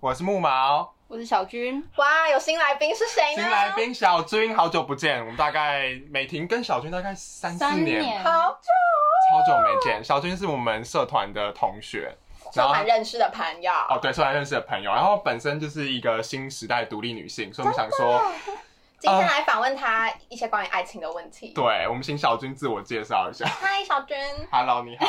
我是木毛，我是小军，哇，有新来宾是谁呢？新来，宾小军，好久不见。我们大概美婷跟小军大概三四三年，好久，超久没见。小军是我们社团的同学，社团认识的朋友，哦对，社团认识的朋友。然后本身就是一个新时代独立女性，所以我们想说，今天来访问他一些关于爱情的问题。对，我们请小军自我介绍一 下。嗨，小娟， Hello，你好，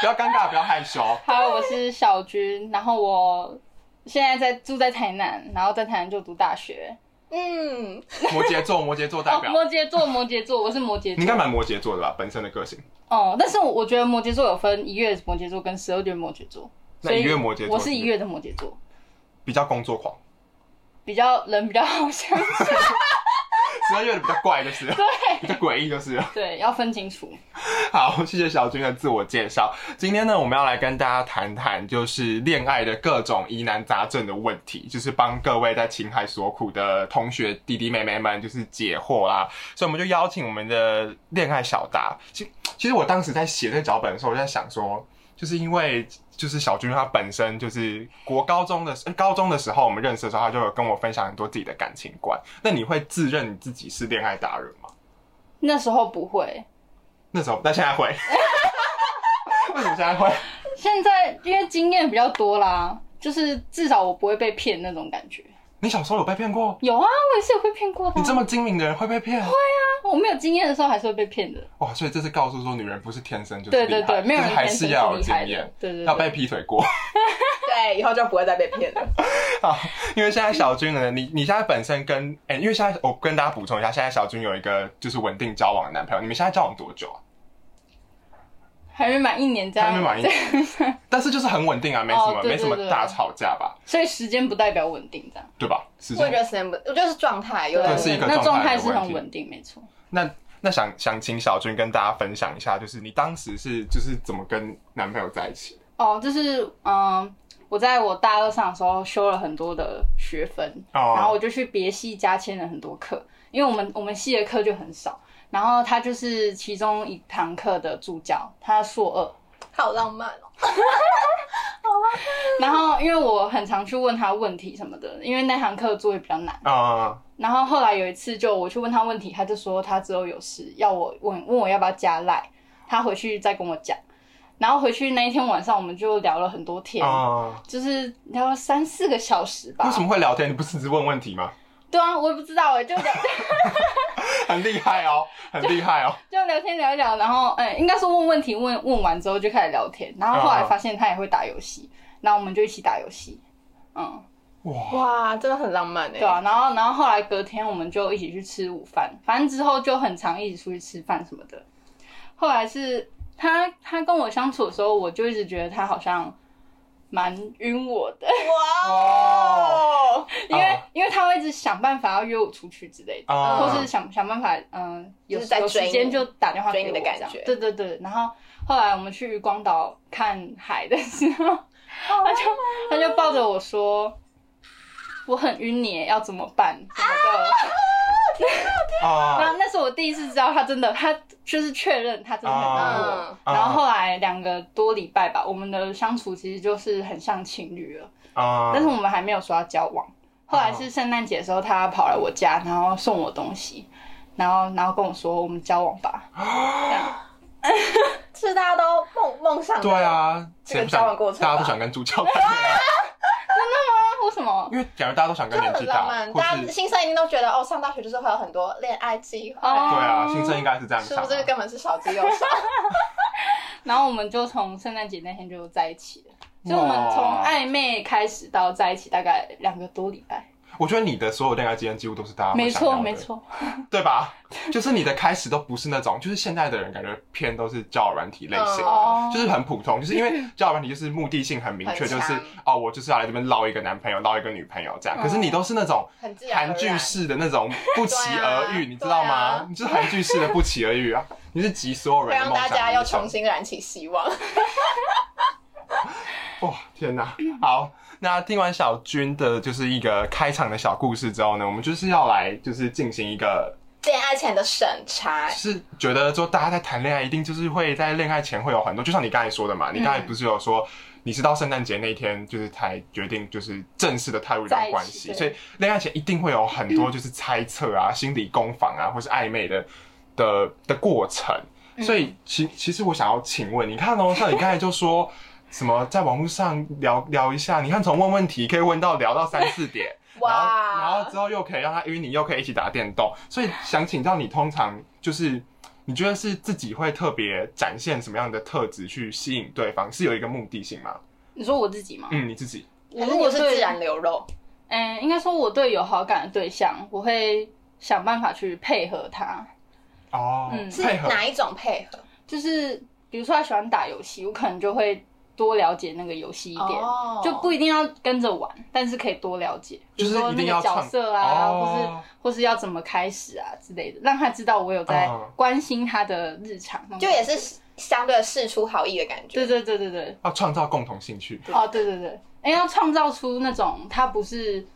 不要尴尬，不要害羞。嗨，我是小军，然后我现在在住在台南，然后在台南就读大学。嗯，摩羯座，摩羯座代哦，表，摩羯座，摩羯座，我是摩羯你应该座。蛮摩羯座的吧？本身的个性，哦，但是我我觉得摩羯座有分一月摩羯座跟十二月摩羯座，那所以一月摩羯座我是是一月的摩羯座，比较工作狂，比较人比较好相处。十二月的比较怪就是了，对比较诡异就是了。对，要分清楚。 好，谢谢小军的自我介绍。今天呢，我们要来跟大家谈谈，就是恋爱的各种疑难杂症的问题，就是帮各位在情海所苦的同学弟弟妹妹们，就是解惑啦。所以我们就邀请我们的恋爱小达。其其实我当时在写这脚本的时候，我就在想说，就是因为就是小军他本身就是国高中的时呃高中的时候，我们认识的时候，他就有跟我分享很多自己的感情观。那你会自认你自己是恋爱达人吗？那时候不会，那时候，但现在会。 为什么现在会？现在因为经验比较多啦，就是至少我不会被骗那种感觉。你小时候有被骗过？有啊，我也是有被骗过的啊、你这么精明的人会被骗？我没有经验的时候还是会被骗的。哇！所以这是告诉说，女人不是天生就是对厉害对对，没有就人是还天是生要有厉经害的验，。对对要被对，劈腿过， 对，以后就不会再被骗了。因为现在小军呢，你你现在本身跟哎、因为现在我跟大家补充一下，现在小军有一个就是稳定交往的男朋友，你们现在交往多久啊？还没满一年这样，还没满一年， 但是就是很稳定啊，没什么、啊哦对对没什么对大吵架吧，所以时间不代表稳定这样。对吧？时我也觉间得时间不，我觉得是状态，有对点是一个那状状态态的是问题很稳定，没错。那那想想请小军跟大家分享一下，就是你当时是就是怎么跟男朋友在一起的？哦，就是嗯，我在我大二上的时候修了很多的学分，哦然后我就去别系加签了很多课，因为我们我们系的课就很少。然后他就是其中一堂课的助教，他硕二，好浪漫哦。然后因为我很常去问他问题什么的，因为那堂课作业比较难。啊、然后后来有一次，就我去问他问题，他就说他之后有事要我问问我要不要加赖，他回去再跟我讲。然后回去那一天晚上，我们就聊了很多天，啊、就是聊了三四个小时吧为。什么会聊天？你不是只问问题吗？ 对啊，我也不知道哎、就聊很厉害哦，很厉 害哦。就聊天聊一聊，然后哎、应该说问问题问问完之后就开始聊天，然后后来发现他也会打游戏，然后我们就一起打游戏。嗯，哇，哇，真的很浪漫哎。对啊，然后然后后来隔天我们就一起去吃午饭，反正之后就很常一起出去吃饭什么的。后来是他他跟我相处的时候，我就一直觉得他好像蛮晕我的，哇 哦，因为、啊因为他会一直想办法要约我出去之呃类的，啊或是想想办法嗯、有就是在有追时你间就打电话追你给我的感这样觉对对对，然后后来我们去渔光岛看海的时候， 啊他就他就抱着我说。我很晕你耶，要怎么办？什么的。然啊后那是我第一次知道他真的，他就是确认他真的很爱我。嗯啊然后后来两个多礼拜吧，我们的相处其实就是很像情侣了，啊！但是我们还没有说要交往。后来是圣诞节的时候，他跑来我家，然后送我东西，然后然后跟我说我们交往吧。啊是大家都梦梦想的对，啊，这个谁不想交往过程吧大家都想跟助教谈恋爱，啊，为什么？因为感觉大家都想跟真的年纪很浪大，漫。或大是家新生一定都觉得哦，上大学就是会有很多恋爱计哦划，对啊，新生应该是这样是想不啊是这个。根本是少之又少？然后我们就从圣诞节那天就在一起了，所以我们从哇暧昧开始到在一起大概两个多礼拜。我觉得你的所有恋爱经验几乎都是大家会没想要错，的没，错。对吧？就是你的开始都不是那种，就是现在的人感觉偏都是交友软体类型的。哦，就是很普通，就是因为交友软体就是目的性很明确，很就强是哦，我就是要来这边捞一个男朋友，捞一个女朋友这样。嗯可是你都是那种很自然而韩剧然。式的那种不期而遇，对啊你知道吗？对啊你就是韩剧式的不期而遇啊！你是集所有会人的让梦大想家于又一身重新燃起希望。 哇，天哪！好，那听完小军的就是一个开场的小故事之后呢，我们就是要来就是进行一个恋爱前的审查，是觉得说大家在谈恋爱，一定就是会在恋爱前会有很多，就像你刚才说的嘛，嗯你刚才不是有说。你是到圣诞节那一天，就是才决定，就是正式的踏入一段关系，在一起对所以恋爱前一定会有很 多就是猜测啊、心理攻防啊，或是暧昧的的的过程。嗯所以其其实我想要请问，你看 哦，像你刚才就说什么在网络上聊聊一下，你看从问问题可以问到聊到三四点，然后然后哇，之后又可以让他晕你，又可以一起打电动，所以想请教你，通常就是你觉得是自己会特别展现什么样的特质去吸引对方，是有一个目的性吗？你说我自己吗？嗯，你自己我还如是你果是对自然流露，嗯，应该说我对有好感的对象，我会想办法去配合他。哦，嗯是配合哪一种配合？就是比如说他喜欢打游戏，我可能就会多了解那个游戏一点，哦就不一定要跟着玩，但是可以多了解，比就如是说一那定个要角创色啊，哦或是或是要怎么开始啊之类的，让他知道我有在嗯关心他的日常，就也是相对试出好意的感觉。对对对对对，要创造共同兴趣，哦对对对，哎要创造出那种他不是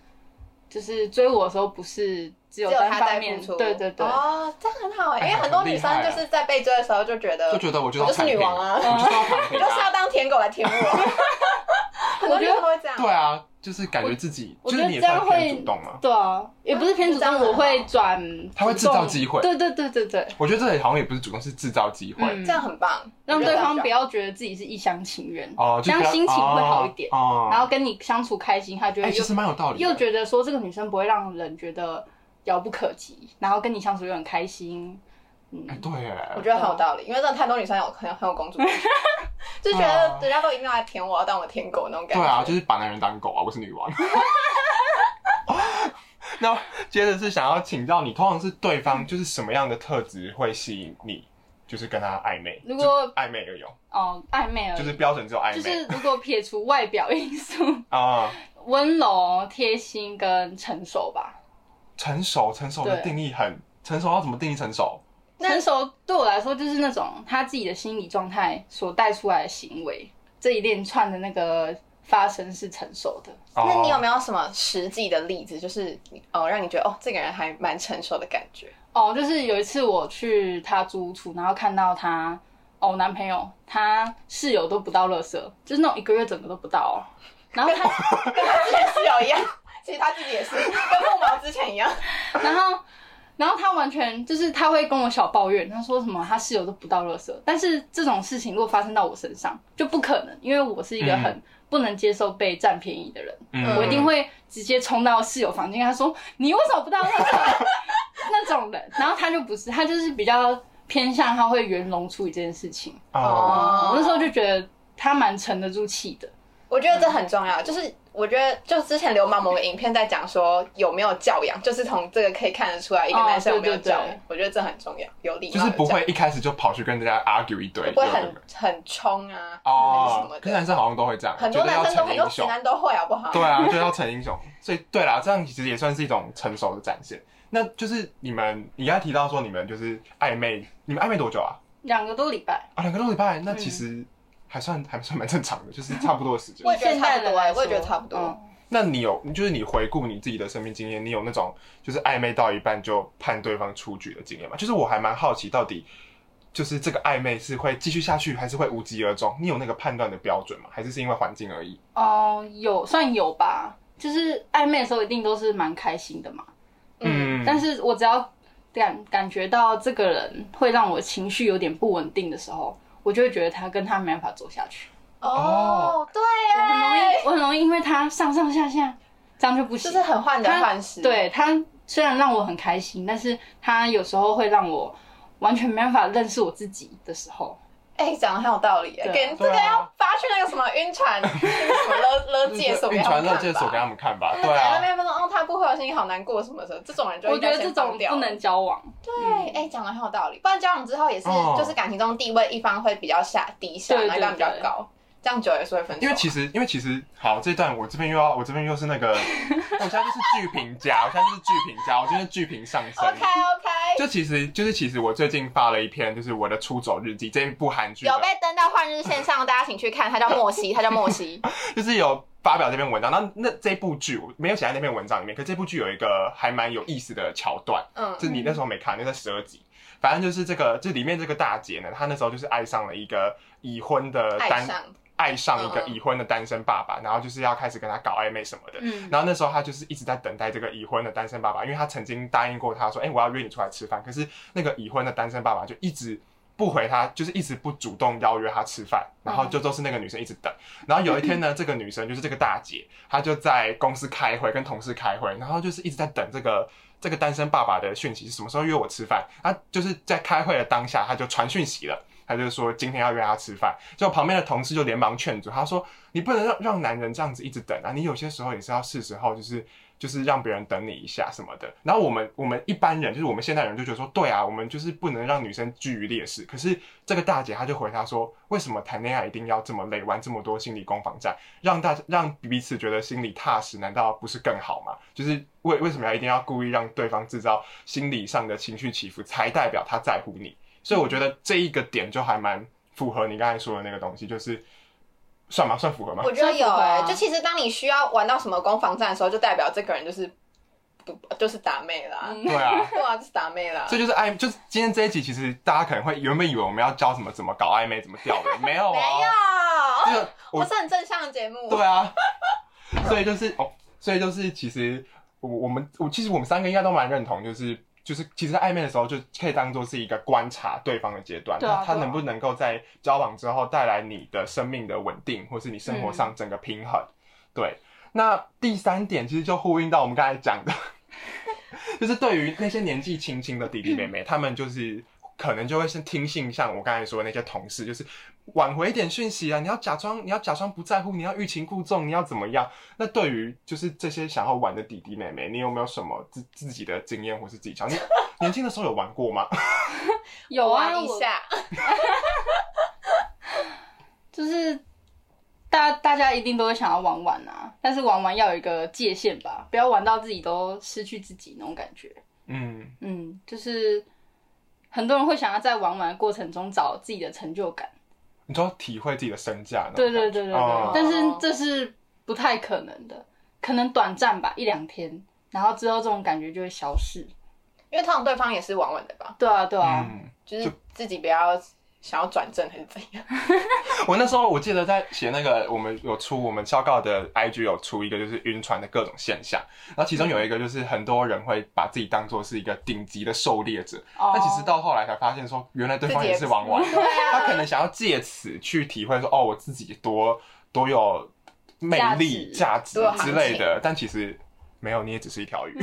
就是追我的时候不是只有只有单他方在面付，出，对对对，哦，这样很好欸，因哎为很多女生就是在被追的时候就嗯觉得，就觉得我就我要就是躺女平，王啊，我就是要躺就是平要啊，当舔狗来舔我。很多女生会这样，对啊，就是感觉自己，我就觉是得你也这样算偏会主动嘛。对啊，也不是偏主这样动，很好我会转主动， 他会制造机会对对对对对，我觉得这里好像也不是主动，是制造机会。嗯这样很棒，让对方不表。要觉得自己是一厢情愿，哦，就这样不要心情会好一点，哦，哦然后跟你相处开心，他就哎，会其又实蛮有道理的，又觉得说这个女生不会让人觉得遥不可及，然后跟你相处又很开心，嗯，哎，对耶，我觉得很有道理，因为真的太多女生有很有很有公主 病， 就觉得人家都一定要来舔我，要当我舔狗那种感啊对觉。啊，就是把男人当狗啊，我是 女王。 那接着是想要请教你，通常是对 方就是什么样的特质会吸引你，就是跟他暧昧？如果就暧昧而有，哦，暧昧呃而已，就是标准只有暧昧、就是如果撇除外表因素， 啊。温柔、贴心跟成熟吧。成熟，成熟的对定义很成熟，要怎么定义成熟？那成熟对我来说就是那种他自己的心理状态所带出来的行为，这一连串的那个发生是成熟的。那你有哦没有什么实际的例子，就是哦，让你觉得哦，这个人还蛮成熟的感觉？ 哦，就是有一次我去他租屋处，然后看到他哦，我男朋友他室友都不到垃圾，就是那种一个月整个都不到哦。然后他，跟他之前室友一样，其实他自己也是跟木毛之前一 样，然后，然后他完全就是他会跟我小抱怨，他说什么他室友都不到垃圾，但是这种事情如果发生到我身上就不可能，因为我是一个很不能接受被占便宜的人，嗯我一定会直接冲到室友房间跟他说：“你为什么不到垃圾？”那种人，然后他就不是，他就是比较偏向他会圆融处理这件事情。哦哦我那时候就觉得他蛮沉得住气的。我觉得这很重要，就是我觉得就之前流氓某个影片在讲说有没有教养，就是从这个可以看得出来一个哦男生有没有对对教养。对我觉得这很重要，有礼貌就的教是养，不会一开始就跑去跟人家 argue 一堆，不会对很很冲啊，还是什哦么。可是的。男生好像都会这样，很多觉得男要生都成很多英直雄。男都会好不好？对啊，就要成英雄。所以对啦，这样其实也算是一种成熟的展现。那就是你们，你刚才提到说你们就是暧昧，你们暧昧多久啊？两个多礼拜，啊，两个多礼拜，那其实还算、还算蛮正常的，就是差不多的时间我。也觉得现代人差不多欸来说我也觉得差不多嗯那你有，就是你回顾你自己的生命经验，你有那种就是暧昧到一半就判对方出局的经验吗？就是我还蛮好奇，到底就是这个暧昧是会继续下去，还是会无疾而终？你有那个判断的标准吗？还是是因为环境而已？哦、有算有吧，就是暧昧的时候一定都是蛮开心的嘛。嗯，但是我只要感感觉到这个人会让我情绪有点不稳定的时候，我就会觉得他跟他没办法走下去。哦哦，对我很容呀，易，我很容易因为他上上下下，这样就不就行。是很患得他患失。，对他虽然让我很开心，但是他有时候会让我完全没办法认识我自己的时候。哎，讲的很有道理欸，对啊给这对个啊要发去那个什么晕船，那个什么勒 勒戒所给运他传们热戒看所给吧。他们看吧，对对那啊。边说哦，他不会，我心里好难过什么的，这种人就我应觉该得这先放种掉不了。能嗯交往。对，哎，讲的很有道理。不然交往之后也是，哦就是感情中地位一方会比较下低下，对然后一方比对较对高，这样久也是会分手。因为其实，因为其实，好，这段我这边又要，我这边又是那 个，我现在就是剧评家，我现在就是剧评家，我今天剧评上升。 OK OK，就其实，就是其实我最近发了一篇，就是我的出走日记这一部韩剧的， 有被登到换日线上，大家请去看，它叫莫西，它叫莫西。就是有发表这篇文章，那那这部剧我没有写在那篇文章里面，可这部剧有一个还蛮有意思的桥段，嗯就是你那时候没看，那在十二集。反正就是这个，这里面这个大姐呢，她那时候就是爱上了一个已婚的爱单，上爱上一个嗯嗯已婚的单身爸爸，然后就是要开始跟他搞暧昧什么的。嗯，然后那时候她就是一直在等待这个已婚的单身爸爸，因为她曾经答应过他说：“哎、我要约你出来吃饭。”可是那个已婚的单身爸爸就一直不回她，就是一直不主动邀约她吃饭，然后就都是那个女生一直等。然后有一天呢，这个女生就是这个大姐，她就在公司开会，跟同事开会，然后就是一直在等这个。这个单身爸爸的讯息是什么时候约我吃饭？她就是在开会的当下，她就传讯息了，她就说今天要约他吃饭。就旁边的同事就连忙劝阻，他说：“你不能让让男人这样子一直等啊，你有些时候也是要是时候，就是就是让别人等你一下什么的。”然后我们我们一般人，就是我们现代人就觉得说，对啊，我们就是不能让女生居于劣势。可是这个大姐她就回答说：“为什么谈恋爱一定要这么累，玩这么多心理攻防战，让大让彼此觉得心里踏实，难道不是更好吗？就是为为什么要一定要故意让对方制造心理上的情绪起伏，才代表他在乎你？”所以我觉得这一个点就还蛮符合你刚才说的那个东西，就是算吗？算符合吗？我觉得有哎、这不合啊就其实当你需要玩到什么攻防战的时候，就代表这个人就是不就是打妹啦，嗯对啊， 对啊，就是打妹啦。这就是暧，就是今天这一集，其实大家可能会原本以为我们要教怎么怎么搞暧昧，怎么钓人，没有没啊，有，这个哦我我是很正向的节目。对啊，所以就是哦，所以就是其实我我们我其实我们三个应该都蛮认同，就是。就是其实在暧昧的时候，就可以当做是一个观察对方的阶段，对啊那他对啊能不能够在交往之后带来你的生命的稳定，或是你生活上整个平衡。对，那第三点其实就呼应到我们刚才讲的， 就是对于那些年纪轻轻的弟弟妹妹，他们就是可能就会是听信像我刚才说的那些同事，就是挽回一点讯息啊，你要假装你要假装不在乎，你要欲擒故纵，你要怎么样？那对于就是这些想要玩的弟弟妹妹，你有没有什么自自己的经验或是技巧？你 年轻的时候有玩过吗？有啊，玩一我下，就是大大家一定都会想要玩玩啊，但是玩玩要有一个界限吧，不要玩到自己都失去自己那种感觉。嗯，嗯，就是很多人会想要在玩玩的过程中找自己的成就感，你说体会自己的身价那种对感觉，对对对对，哦但是这是不太可能的，可能短暂吧，一两天，然后之后这种感觉就会消失。因为通常对方也是玩玩的吧，对啊，对啊，嗯。就是自己不要想要转正还是怎样。我那时候我记得在写那个，我们有出我们校告的 IG 有出一个就是晕船的各种现象，然后其中有一个就是很多人会把自己当做是一个顶级的狩猎者，哦但其实到后来才发现说，原来对方也是玩玩，啊 他可能想要借此去体会说，哦，我自己多多有魅力、价价值多有行之情类的，但其实没有，你也只是一条鱼。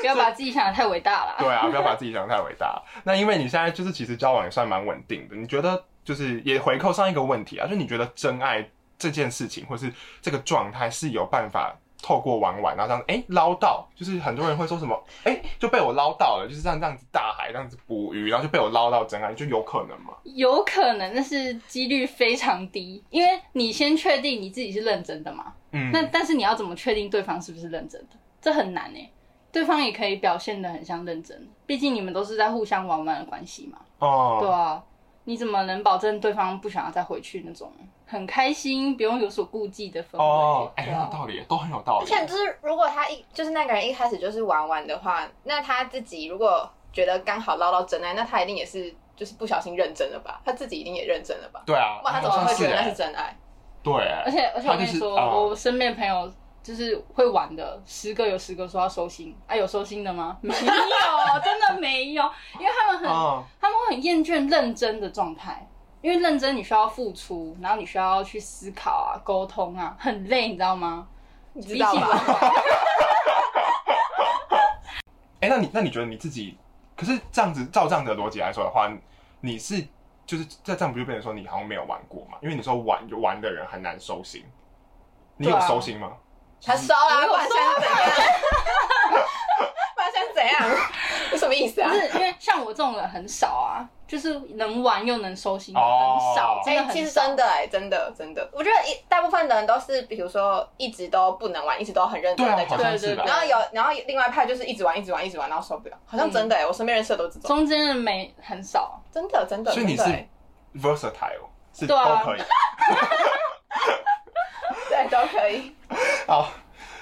不要把自己想的太伟大了。 对啊，不要把自己想得太伟大。那因为你现在就是其实交往也算蛮稳定的，你觉得就是也回扣上一个问题啊，就你觉得真爱这件事情或是这个状态是有办法透过玩玩，然后这样哎捞到，就是很多人会说什么哎、诶就被我捞到了，就是这样这样子大海这样子捕鱼，然后就被我捞到真爱，就有可能吗？有可能，但是几率非常低，因为你先确定你自己是认真的嘛。嗯，那但是你要怎么确定对方是不是认真的？这很难诶、对方也可以表现的很像认真，毕竟你们都是在互相玩玩的关系嘛。对哦，啊，你怎么能保证对方不想要再回去那种很开心、不用有所顾忌的氛围？哦，哎、对有啊道理，都很有道而理。且就是如果他一就是那个人一开始就是玩玩的话，那他自己如果觉得刚好捞到真爱，那他一定也是就是不小心认真了吧？他自己一定也认真了吧？对啊，哇，他怎么好像会觉得那欸是真爱？ 对欸？而且而且我跟你说，他就是啊我身边朋友就是会玩的，十个有十个说要收心，啊，有收心的吗？ 没有，真的没有，因为他们很、嗯，他们会很厌倦认真的状态，因为认真你需要付出，然后你需要去思考啊、沟通啊，很累，你知道吗？你知道比起吧？玩玩哎、那你那你觉得你自己，可是这样子照这样的逻辑来说的话，你是就是这这样不就变成说你好像没有玩过嘛？因为你说玩玩的人很难收心，你有对啊收心吗？他烧啊啦，你不然现有在怎样？ 不然现在怎样？有什么意思啊不？是因为像我这种人很少啊，就是能玩又能收心，哦很少，真哎、的很少。其实真的哎、真的真的，我觉得一大部分的人都是，比如说一直都不能玩，一直都很认真对啊在，好讲。像是吧对对对。然后有，然后另外一派就是一直玩，一直玩，一直玩，然后受不了。好像真的哎、我身边认识的都是这种，中间的没很少，真的真的。所以你真的哎是 versatile，是对都啊可以。对对，都可以。好，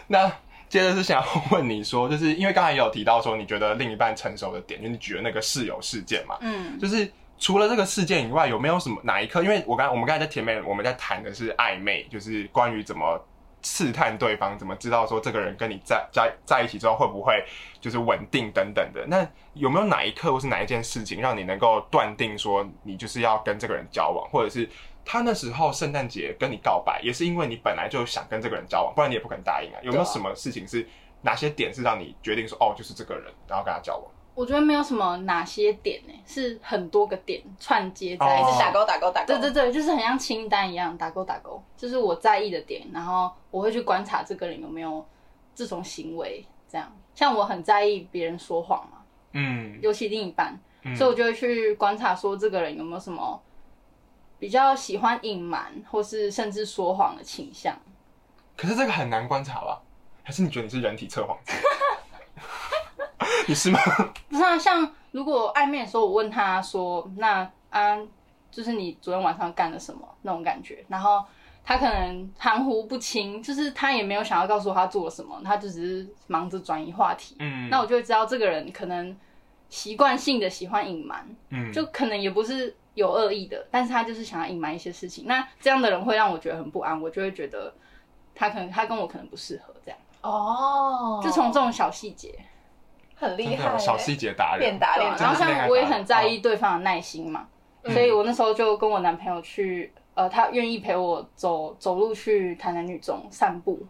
那接着是想要问你说，就是因为刚才也有提到说，你觉得另一半成熟的点，就是你举的那个室友事件嘛，嗯，就是除了这个事件以外，有没有什么哪一刻？因为我刚我们刚才在前面我们在谈的是暧昧，就是关于怎么试探对方，怎么知道说这个人跟你在在在一起之后会不会就是稳定等等的。那有没有哪一刻或是哪一件事情让你能够断定说你就是要跟这个人交往，或者是？他那时候圣诞节跟你告白，也是因为你本来就想跟这个人交往，不然你也不肯答应啊。有没有对啊什么事情是哪些点是让你决定说哦，就是这个人，然后跟他交往？我觉得没有什么哪些点呢、是很多个点串接在一一起。哦直哎打勾打勾打勾。对对对，就是很像清单一样，打勾打勾，就是我在意的点，然后我会去观察这个人有没有这种行为，这样。像我很在意别人说谎嘛，嗯，尤其另一半，嗯所以我就会去观察说这个人有没有什么比较喜欢隐瞒或是甚至说谎的倾向。可是这个很难观察吧？还是你觉得你是人体测谎机？ 你是吗？不是啊，像如果暧昧的时候，我问他说：“那啊，就是你昨天晚上干了什么？”那种感觉，然后他可能含糊不清，就是他也没有想要告诉我他做了什么，他就只是忙着转移话题。嗯，那我就会知道这个人可能习惯性的喜欢隐瞒，嗯就可能也不是有恶意的，但是他就是想要隐瞒一些事情。那这样的人会让我觉得很不安，我就会觉得他可能他跟我可能不适合，这样哦，就从这种小细节。很厉真害的耶，小细节达练人。打对练啊，打然后真的是恋爱像法我也很哦在意对方的耐心嘛，嗯所以我那时候就跟我男朋友去，呃，他愿意陪我走走路去台南女中散步，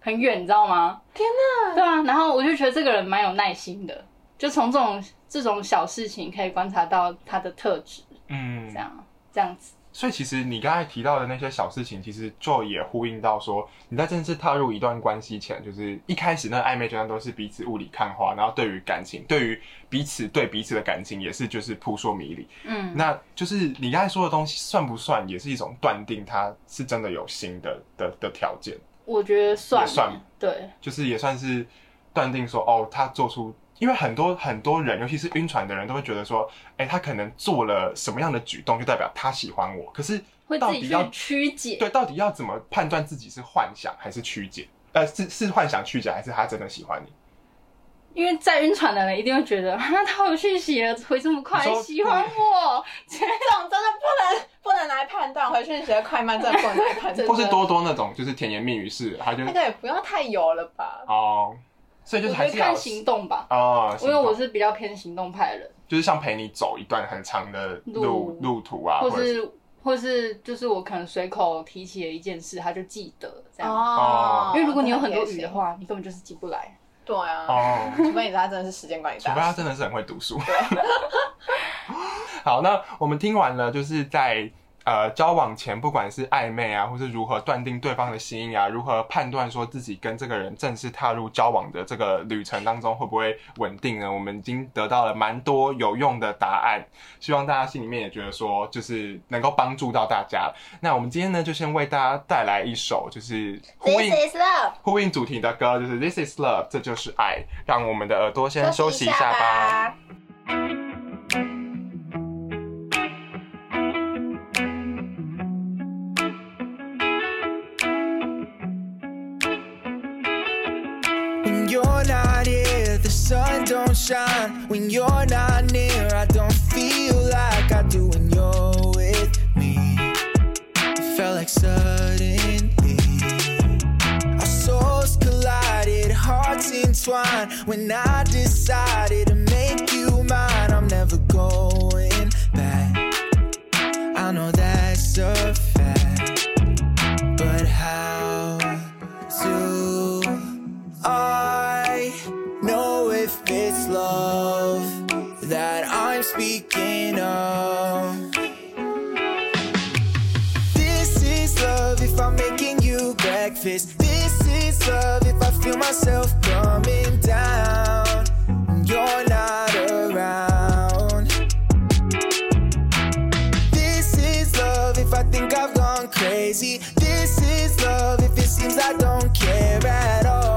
很远，你知道吗？天哪！对啊，然后我就觉得这个人蛮有耐心的，就从这种这种小事情可以观察到他的特质，嗯这，样这样子。所以其实你刚才提到的那些小事情，其实就也呼应到说，你在正式踏入一段关系前，就是一开始那暧昧阶段都是彼此雾里看花，然后对于感情，对于彼此对彼此的感情也是就是扑朔迷离。嗯，那就是你刚才说的东西算不算，也是一种断定他是真的有心的的的条件。我觉得算也算对，就是也算是断定说，哦，他做出，因为很多很多人，尤其是晕船的人，都会觉得说，哎、他可能做了什么样的举动，就代表他喜欢我。可是会到自己底去要曲解。对，到底要怎么判断自己是幻想还是曲解？呃，是是幻想曲解，还是他真的喜欢你？因为在晕船的人一定会觉得，哈，他回讯息了，回这么快你说，喜欢我，这种真的不能不能拿来判断，回去你学得快慢真的不能拿来判断。或是多多那种就是甜言蜜语式，他就那个也不用太油了吧？哦，所以就我是觉还得是要看行动吧。哦，因为我是是比较偏行动派的人，就是像陪你走一段很长的路路路途啊，或或者是或是就是我可能随口提起了一件事，他就记得这样。哦因为如果你有很多鱼的，话，你根本就是记不来。对啊，哦，除非你知道他真的是时间管理除非他大师。真的是很会读书。 好，那我们听完了，就是在呃交往前，不管是暧昧啊，或是如何断定对方的心意啊，如何判断说自己跟这个人正式踏入交往的这个旅程当中会不会稳定呢？我们已经得到了蛮多有用的答案，希望大家心里面也觉得说，就是能够帮助到大家。那我们今天呢，就先为大家带来一首就是呼应 is love，呼应主题的歌，就是 This is love，这就是爱。让我们的耳朵先休息一下吧。。 When you're not here, the sun don't shine. When you're not near, I don't feel like I do when you're with me. It felt like suddenly our souls collided, hearts entwined. When I decided to make you mine, I'm never going back. I know that's a fact, but how to? I know if it's love that I'm speaking of. This is love if I'm making you breakfast. This is love if I feel myself coming down. when You're not around. This is love if I think I've gone crazy. This is love if it seems I don't care at all.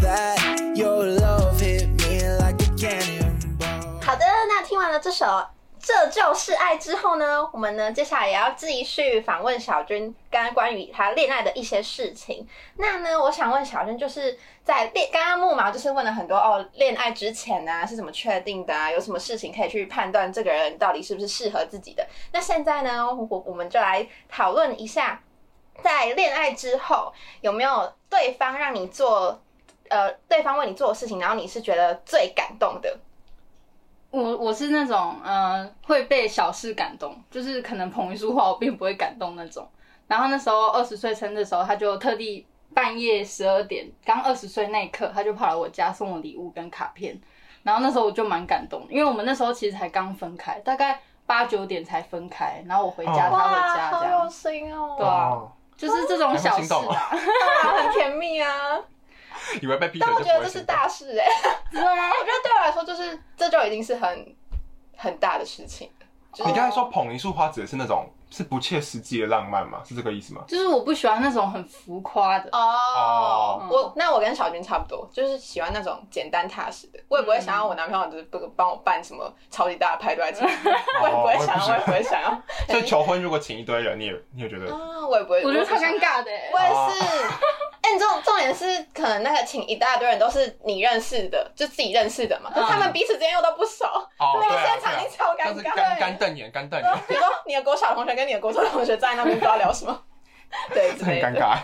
That your love hit me like a cannonball. 好的，那听完了这首《这就是爱之后呢，我们呢接下来也要继续访问小军，刚刚关于他恋爱的一些事情。那呢，我想问小军，就是在恋刚刚木毛就是问了很多哦，恋爱之前呢、是怎么确定的啊？有什么事情可以去判断这个人到底是不是适合自己的？那现在呢，我我们就来讨论一下，在恋爱之后有没有对方让你做呃，对方为你做的事情，然后你是觉得最感动的？我我是那种呃会被小事感动，就是可能捧一束花我并不会感动那种。然后那时候二十岁生日的时候，他就特地半夜十二点，刚二十岁那一刻，他就跑来我家送我礼物跟卡片。然后那时候我就蛮感动的，因为我们那时候其实才刚分开，大概八九点才分开，然后我回家，哦他回家这样，心对哦，啊就是这种小还会心事动哦啊。啊，很甜蜜啊。以为被劈腿但就我不觉会得这是心动大事哎、对啊 我觉得对我来说，就是这就已经是很很大的事情。就是、你刚才说捧一束花指的是那种是不切实际的浪漫吗？是这个意思吗？就是我不喜欢那种很浮夸的，哦哦，我那我跟小军差不多，就是喜欢那种简单踏实的。我也不会想要我男朋友就是不帮我办什么超级大的派对 啊，我也不会想要，我也不会想要。哎所以求婚如果请一堆人，你也你也觉得啊，我也不会，我觉得也不超会想尴尬的欸、我也是。哎、你这种重点是，可能那个请一大堆人都是你认识的，就自己认识的嘛，嗯可是他们彼此之间又都不熟，哦那对个啊现场一定超但尴是尬。干干瞪眼，干瞪眼，比如说 你的国小同学跟你的国中同学在那边不知道聊什 么，对，这很之类尴的。尬。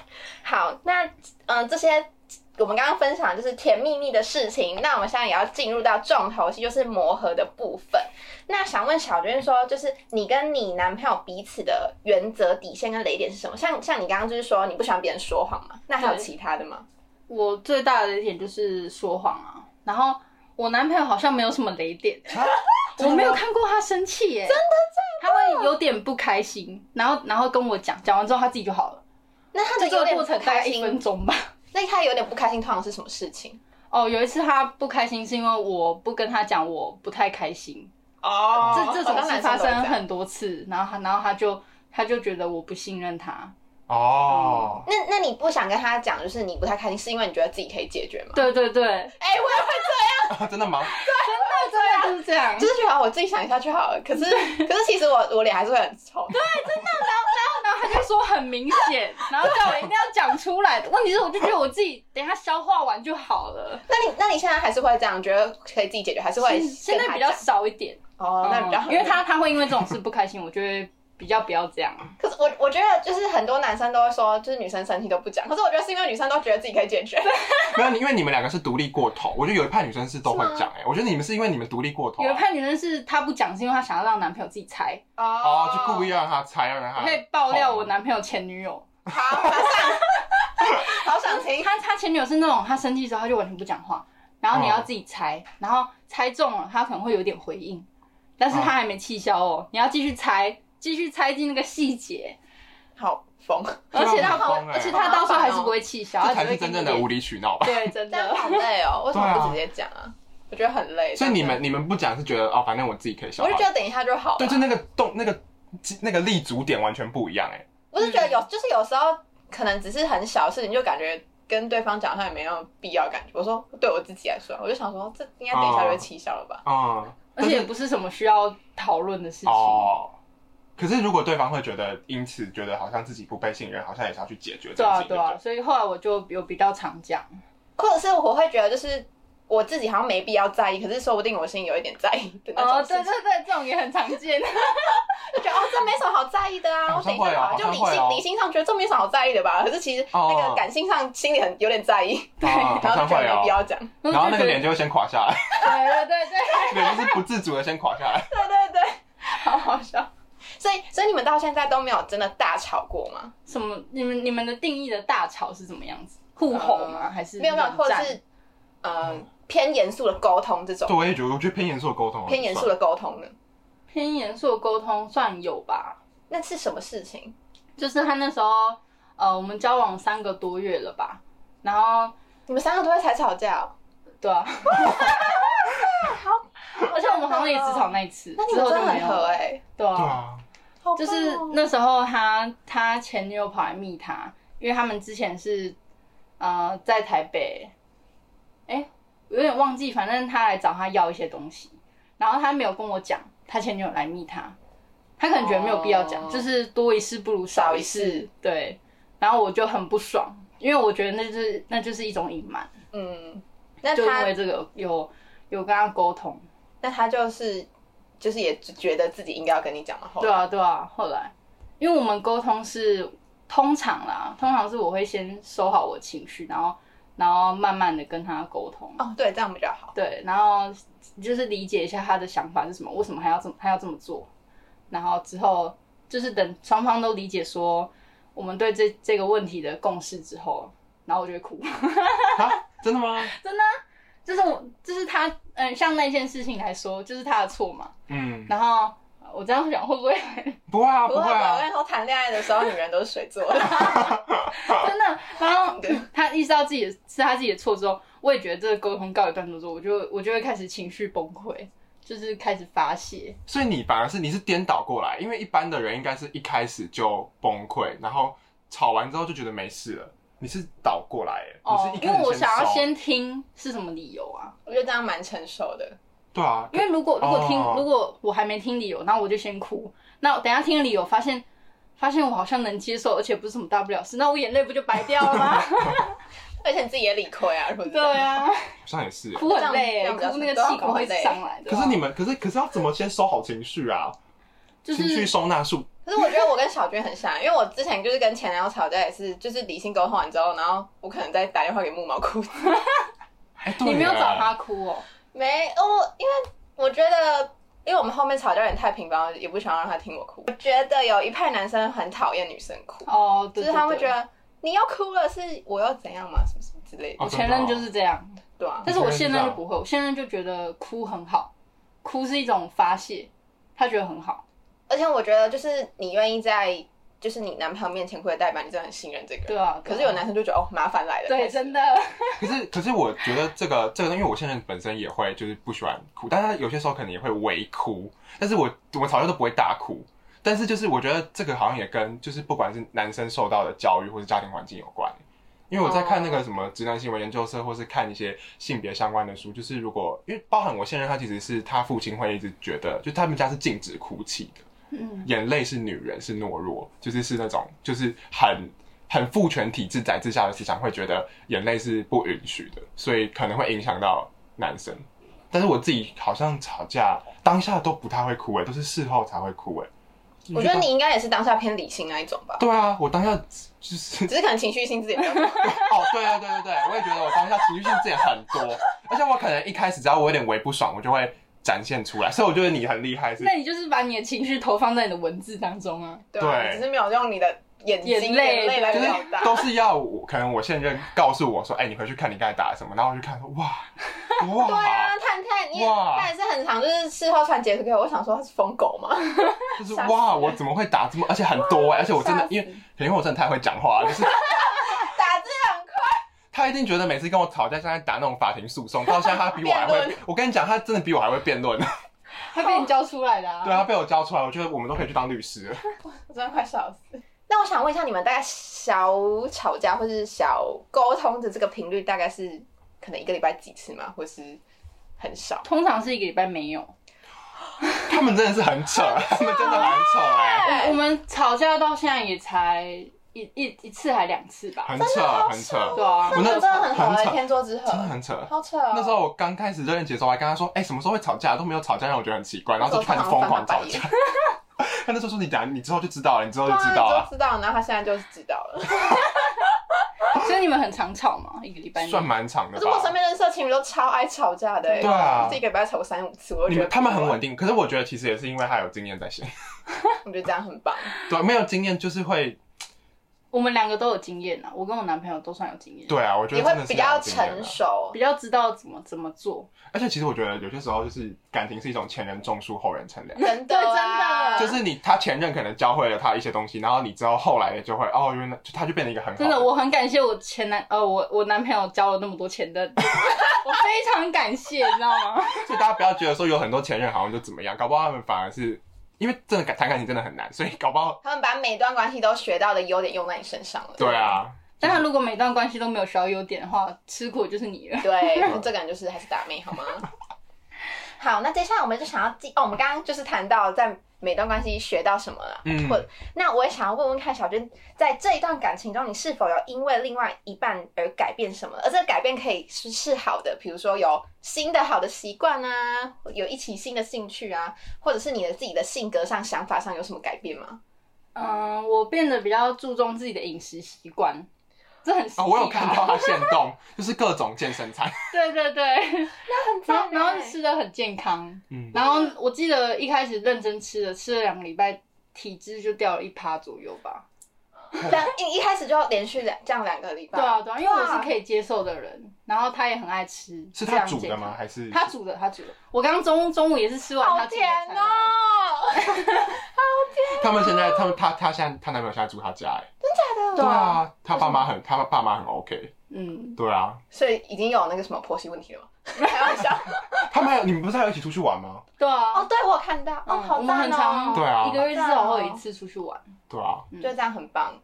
好，那嗯、呃这些我们刚刚分享的就是甜蜜蜜的事情，那我们现在也要进入到重头戏，就是磨合的部分。那想问小娟说，就是你跟你男朋友彼此的原则、底线跟雷点是什么？像像你刚刚就是说你不喜欢别人说谎嘛，那还有对其他的吗？我最大的一点就是说谎啊，然后我男朋友好像没有什么雷点，啊我没有看过他生气耶、真的真的，他会有点不开心，然后然后跟我讲，讲完之后他自己就好了，那他就的这有个点过程不大开概一分心，钟吧。那他有点不开心，通常是什么事情？哦，有一次他不开心是因为我不跟他讲我不太开心，哦这这种事发生很。很多次，然后他然后他就他就觉得我不信任他，哦，那那你不想跟他讲，就是你不太开心，是因为你觉得自己可以解决吗？对对对，哎、我也会嗯 真的吗？对就是这样，就是觉得我自己想一下就好了。 可是可是其实我我脸还是会很臭。然后他就说很明 显，然后叫我一定要讲出来。问题是，我就觉得我自己等一下消化完就好了。那你那你现在还是会这样，觉得可以自己解决，还是会现现跟在他比较讲少一点，哦，那比较好、嗯因为他他会因为这种事不开心，我就会比较不要这样。可是我我觉得就是很多男生都会说，就是女生生气都不讲，可是我觉得是因为女生都觉得自己可以解决。没有，因为你们两个是独立过头，我觉得有一派女生是都会讲哎，我觉得你们是因为你们独立过头啊，有一派女生是她不讲，是因为她想要让男朋友自己猜。哦，就故意让他猜，让他我可以爆料我男朋友前女友，好，马上 好想听。他他前女友是那种他生气之后他就完全不讲话，然后你要自己猜，然后猜中了他可能会有点回应，但是他还没气消哦，你要继续猜，继续猜进那个细节。好疯，而且他这样很疯欸而且他到时候还是不会气消，这他才只是会真跟正你的脸无理取闹吧。对，真但的。好累哦，为什么对啊不直接讲啊？我觉得很累。所以你真的们你们不讲是觉得哦，反正我自己可以消我化就。觉得等一下就好了。对，就那个动那个那个立足点完全不一样哎。我是觉得有，就是有时候可能只是很小的事情，就感觉跟对方讲好像也没那么必要感觉。我说对我自己来说，我就想说这应该等一下就会气消了吧？嗯，而且也不是什么需要讨论的事情。哦。可是如果对方会觉得因此觉得好像自己不被信任，好像也是要去解决这对件啊事，情。对啊，所以后来我就有比较常讲。或者是我会觉得就是我自己好像没必要在意，可是说不定我心里有一点在意的那种哦事情，对，这种也很常见。 就觉得哦这没什么好在意的啊，好我像等一下就好，会哦就好像理会性哦理性上觉得这没什么好在意的吧，可是其实那哦个感性上心里很有点在意，对啊，好 然后像就觉会得没必哦。要讲。然然后那个脸就会先垮下来， 对对对对，脸就是不自主的先垮下来。对对对，好好笑。所以所以你们到现在都没有真的大吵过吗？什么？你们你们的定义的大吵是怎么样子？互吼吗？还是没有没有，或者冷战是嗯偏严肃的沟通这种对，，我也觉得，我觉得偏严肃的沟通，偏严肃的沟通呢？偏严肃的沟通算有吧？那是什么事情？就是他那时候，呃，我们交往三个多月了吧？然后你们三个都会才吵架、哦，对啊，而而且我们好像也只吵，那一次，哦那你之们后真就的没有很合了哎、对对啊，啊，好棒哦就是那时候他他前女友跑来密他，因为他们之前是呃在台北，哎、有点忘记，反正他来找他要一些东西，然后他没有跟我讲，他前女友来密他，他可能觉得没有必要讲哦就是多一事不如少少一一事事。对，然后我就很不爽，因为我觉得那就是那就是一种隐瞒，嗯，那就因他为这个有有跟他沟通。那他就是就是也觉得自己应该要跟你讲嘛，后对来啊，对啊。后来，因为我们沟通是通常啦，通常是我会先收好我情绪，然后然后慢慢的跟他沟通。哦，对，这样比较好。对，然后就是理解一下他的想法是什么，为什么还要这么还要这么做，然后之后就是等双方都理解说我们对这这个问题的共识之后，然后我就会哭， 啊，真的吗？就是我就是他嗯，像那件事情来说，就是他的错嘛，嗯，然后我这样想会不会不会啊，不不会会吧，我啊跟，你说，谈恋爱的时候，女人都是水做的。 真的，然后他意识到自己的是他自己的错之后，我也觉得这个沟通告一段落之后，我就我就会开始情绪崩溃，就是开始发泄。所以你反而是你是颠倒过来，因为一般的人应该是一开始就崩溃，然后吵完之后就觉得没事了，你是倒过来耶，哦你，是一因开为始我想要收先听是什么理由啊？我觉得这样蛮成熟的。对啊，因为如果如果听、哦如果我还没听理由，那我就先哭。那我等一下听了理由，发现发现我好像能接受，而且不是什么大不了事，那我眼泪不就白掉 了吗？而且你自己也理亏啊，如果你这对样，啊，好像也是耶。哭很累这耶，样这样哭比那较个对气啊管哭会很累上来的。可是你们，可是可是要怎么先收好情绪啊？就情绪是收纳术可是我觉得我跟小娟很像，因为我之前就是跟前男友吵架，也是就是理性沟通完之后，然后我可能再打电话给木毛哭。哎，对你没有耶找他哭哦，没哦，因为我觉得，因为我们后面吵架有点太频繁，我也不想让他听我哭。我觉得有一派男生很讨厌女生哭，哦，就对是他会觉对对得你又哭了，是我又怎样嘛，什么什么之类的，哦我前任就是这样，对啊。但是我现任就不会，我现任就觉得哭很好，哭是一种发泄，他觉得很好。而且我觉得，就是你愿意在就是你男朋友面前哭的代表，你真的很信任这个人。对啊，对可啊是有男生就觉得哦，麻烦来了。对开始真的， 可是，可是我觉得这个这个，因为我现在本身也会就是不喜欢哭，但是有些时候可能也会微哭，但是我我们吵架都不会大哭。但是就是我觉得这个好像也跟就是不管是男生受到的教育或是家庭环境有关，因为我在看那个什么直男行为研究社，或是看一些性别相关的书，就是如果因为包含我现任他其实是他父亲会一直觉得，就他们家是禁止哭泣的。嗯，眼泪是女人，是懦弱，就是是那种就是很很父权体制宰制下的思想，会觉得眼泪是不允许的，所以可能会影响到男生。但是我自己好像吵架当下都不太会哭、欸，都是事后才会哭、欸，我觉得你应该也是当下偏理性那一种吧，对啊，我当下就是只是可能情绪性自己比较多。哦，对对对对对，我也觉得我当下情绪性自己很多，而且我可能一开始只要我有点微不爽，我就会展现出来，所以我觉得你很厉害是，那你就是把你的情绪投放在你的文字当中啊。对啊，对你只是没有用你的眼睛眼眼泪泪来就是表达。都是要我，可能我现任告诉我说，哎、你回去看你刚才打了什么，然后我就看说，哇 哇，对啊，探探你也哇他也是很常就是事后传截图给我，我想说他是疯狗吗？就是吓死哇，人我怎么会打这么，而且很多哎、而且我真的 吓死因为可能因为我真的太会讲话了，就是 打字很快，他一定觉得每次跟我吵架，像在打那种法庭诉讼，到现在他比我还辩会论，我跟你讲，他真的比我还会辩论， 他被你教出来的啊。对啊，被我教出来，我觉得我们都可以去当律师了。我真的快笑死。那我想问一下，你们大概小吵架或是小沟通的这个频率大概是可能一个礼拜几次吗？或是很少？通常是一个礼拜没有。他们真的是 很扯，他们真的很扯哎、我们吵架到现在也才一一一次还两次吧。很扯，很对扯，啊，我那真的很合很欸扯天作之合真，的很扯。好扯哦。那时候我刚开始热恋期的时候，我还跟他说：“哎、什么时候会吵架？都没有吵架，让我觉得很奇怪。”然后就开始疯狂吵架。他那时候说：“你讲，你之后就知道了，你之后就对啊知道你了。就知道，然后他现在就是知道 了。所以你们很常吵嘛，一个礼拜”内算蛮长的啊可是我身吧。边认识的情侣都超爱吵架的、欸，对啊我自己一个礼拜吵三五次，我就你觉得们他们很不稳定，可是我觉得其实也是因为他有经验在先。完，我觉得这样很棒。对，没有经验就是会，我们两个都有经验啊，我跟我男朋友都算有经验，，对啊，我觉你得会真的是比较有经验啊成。 熟比，较知道怎么怎么做。而且其实我觉得有些时候就是感情是一种前人种树，后人乘凉。真的啊、对就真是你他前任可能教会了他一些东西，然后你之后后来就会哦，原来就他就变成一个很好真的，我很感谢我前男呃，我我男朋友交了那么多前 任，我非常感谢，你知道 吗？所以大家不要觉得说有很多前任好像就怎么样，搞不好他们反而是因为真的感谈感情真的很难，所以搞不好他们把每段关系都学到的优点用在你身上了。对啊，但他如果每段关系都没有小优点的话，吃苦就是你了。对，那这个人就是还是打妹好吗？ 好，那接下来我们就想要记哦，我们刚刚就是谈到在每段关系学到什么了，嗯或那我也想要问问看小娟，在这一段感情中，你是否有因为另外一半而改变什么？而这个改变可以是是好的，比如说有新的好的习惯啊，有一起新的兴趣啊，或者是你的自己的性格上、想法上有什么改变吗？嗯，我变得比较注重自己的饮食习惯，这很实际啊、吧我有看到他现动，就是各种健身餐。 对对 对，那很然赞后然后欸吃的很健康，嗯，然后我记得一开始认真吃的，吃了两个礼拜，体脂就掉了一趴左右吧。两一一开始就要连续两这样两个礼拜，对啊对啊，因为我是可以接受的人，然后他也很爱吃，是非他常煮的健吗？康还是他煮的，他煮的。我刚中中午也是吃完他好煮的菜甜哦、他们现在他们他他现在他男朋友现在住他家哎、对啊，啊，他爸妈很他爸妈很 OK。嗯，对啊，所以已经有那个什么婆媳问题了吗？开玩笑。他们还有你们不是还有一起出去玩吗？对哦，啊，对我有看到，哦，嗯好我们赞很哦，常对啊一个月至少会有一次出去玩。对啊，就这样很棒。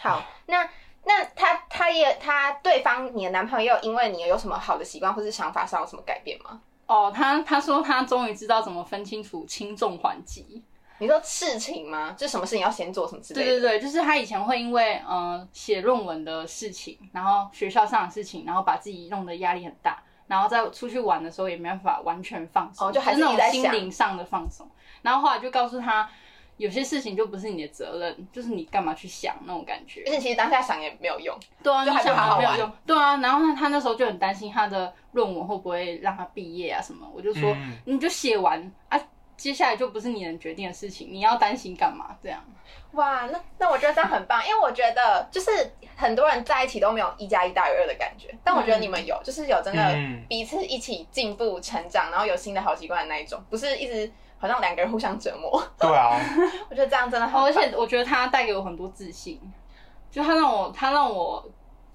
好，那那他他也他对方你的男朋友，因为你有什么好的习惯或是想法上有什么改变吗？哦，他他说他终于知道怎么分清楚轻重缓急。你说事情吗？就什么事情要先做什么之类对的？对对，就是他以前会因为呃写论文的事情，然后学校上的事情，然后把自己弄得压力很大，然后再出去玩的时候也没办法完全放松，哦就还是那一直在种心灵上的放松。然后后来就告诉他，有些事情就不是你的责任，就是你干嘛去想那种感觉而。且其实当下想也没有用，对啊，就你还不想好好没有玩用。对啊，然后他他那时候就很担心他的论文会不会让他毕业啊什么，我就说、嗯你就写完啊，接下来就不是你能决定的事情，你要担心干嘛？这样。哇，那那我觉得这样很棒，因为我觉得就是很多人在一起都没有一加一大于二的感觉，但我觉得你嗯们有，就是有真的嗯彼此一起进步成长，然后有新的好习惯的那一种，不是一直好像两个人互相折磨。 对啊，我觉得这样真的很棒，哦，而且我觉得他带给我很多自信，就他让我他让我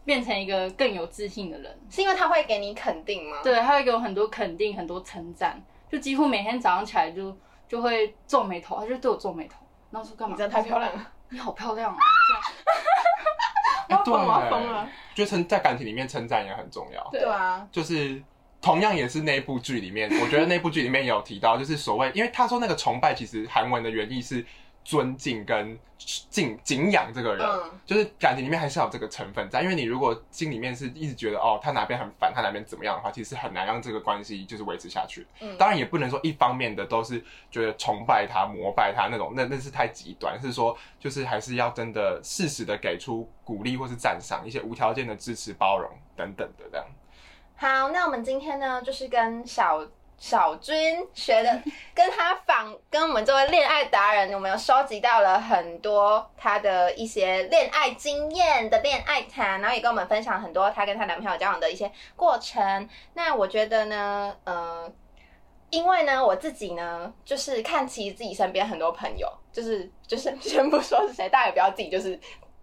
变成一个更有自信的人。是因为他会给你肯定吗？对，他会给我很多肯定，很多称赞，就几乎每天早上起来就就会皱眉头，他就对我皱眉头，然后说干你嘛？真的太漂亮了，你好漂亮啊！哎我对疯了我耶疯了。就称在感情里面称赞也很重要，对对啊，就是。同样也是那部剧里面，我觉得那部剧里面有提到，就是所谓，因为他说那个崇拜，其实韩文的原意是尊敬跟敬敬仰这个人，嗯就是感情里面还是要有这个成分在，因为你如果心里面是一直觉得哦他哪边很烦，他哪边怎么样的话，其实很难让这个关系就是维持下去。嗯当然也不能说一方面的都是觉得崇拜他、膜拜他那种，那那是太极端，是说就是还是要真的适时的给出鼓励或是赞赏，一些无条件的支持、包容等等的这样。好，那我们今天呢，就是跟小小军学的，跟他访，跟我们这位恋爱达人，我们有收集到了很多他的一些恋爱经验的恋爱谈，然后也跟我们分享很多她跟她男朋友交往的一些过程。那我觉得呢，呃，因为呢，我自己呢，就是看其实自己身边很多朋友，就是就是 先不说是谁，大家也不要自己就是。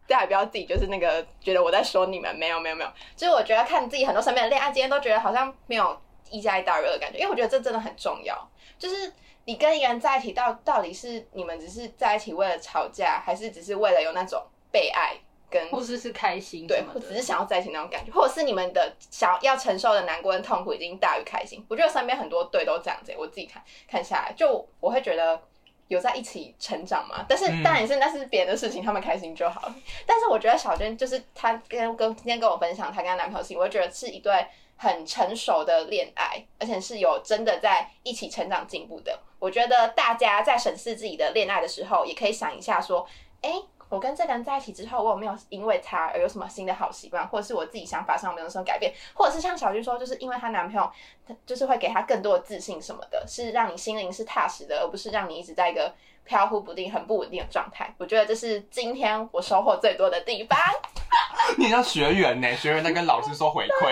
大家也不要自己就是那个觉得我在说你们，没有没有没有，就是我觉得看自己很多身边的恋爱经验，都觉得好像没有一加一大于二的感觉，因为我觉得这真的很重要。就是你跟一个人在一起到，到底是你们只是在一起为了吵架，还是只是为了有那种被爱跟或是是开心对什，么或只是的。想要在一起那种感觉，或者是你们的想要承受的难过跟痛苦已经大于开心。我觉得身边很多对都这样子、我自己看看下来，就我会觉得有在一起成长嘛。但是嗯当然也是那是别人的事情，他们开心就好了。但是我觉得小娟就是她跟跟今天跟我分享她跟她男朋友的事情，我就觉得是一对很成熟的恋爱，而且是有真的在一起成长进步的。我觉得大家在审视自己的恋爱的时候，也可以想一下说，哎、我跟这个人在一起之后，我有没有因为他而有什么新的好习惯，或者是我自己想法上有没有什么改变，或者是像小军说，就是因为她男朋友，她就是会给她更多的自信什么的，是让你心灵是踏实的，而不是让你一直在一个飘忽不定、很不稳定的状态。我觉得这是今天我收获最多的地方。 你很像学员呢、学员在跟老师说回 馈，对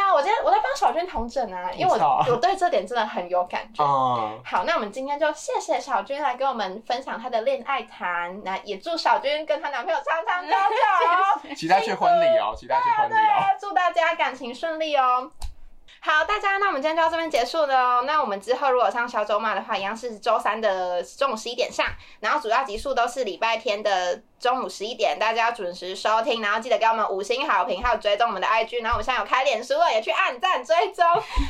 啊，我今天我在帮小娟同整啊，因为没错我我对这点真的很有感觉。嗯，好，那我们今天就谢谢小军来跟我们分享她的恋爱谈，那也祝小军跟她男朋友长长久久。期待去婚礼哦、期待去婚礼哦、对，啊祝大家感情顺利哦。好，大家，那我们今天就到这边结束了哦。那我们之后如果上小周末的话，一样是周三的中午十一点上，然后主要集数都是礼拜天的中午十一点，大家要准时收听，然后记得给我们五星好评，还有追踪我们的 IG，然后我们现在有开脸书了，也去按赞追踪。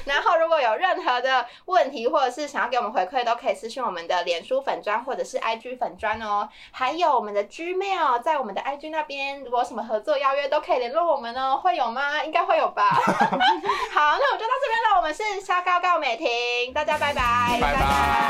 然后如果有有任何的问题或者是想要给我们回馈，都可以私信我们的脸书粉砖或者是 IG 粉砖哦。还有我们的 Gmail，在我们的 IG 那边，如果有什么合作邀约都可以联络我们哦。会有吗？应该会有吧。 好，啊那我们就到这边了。我们是沙高高美婷，大家拜拜，拜拜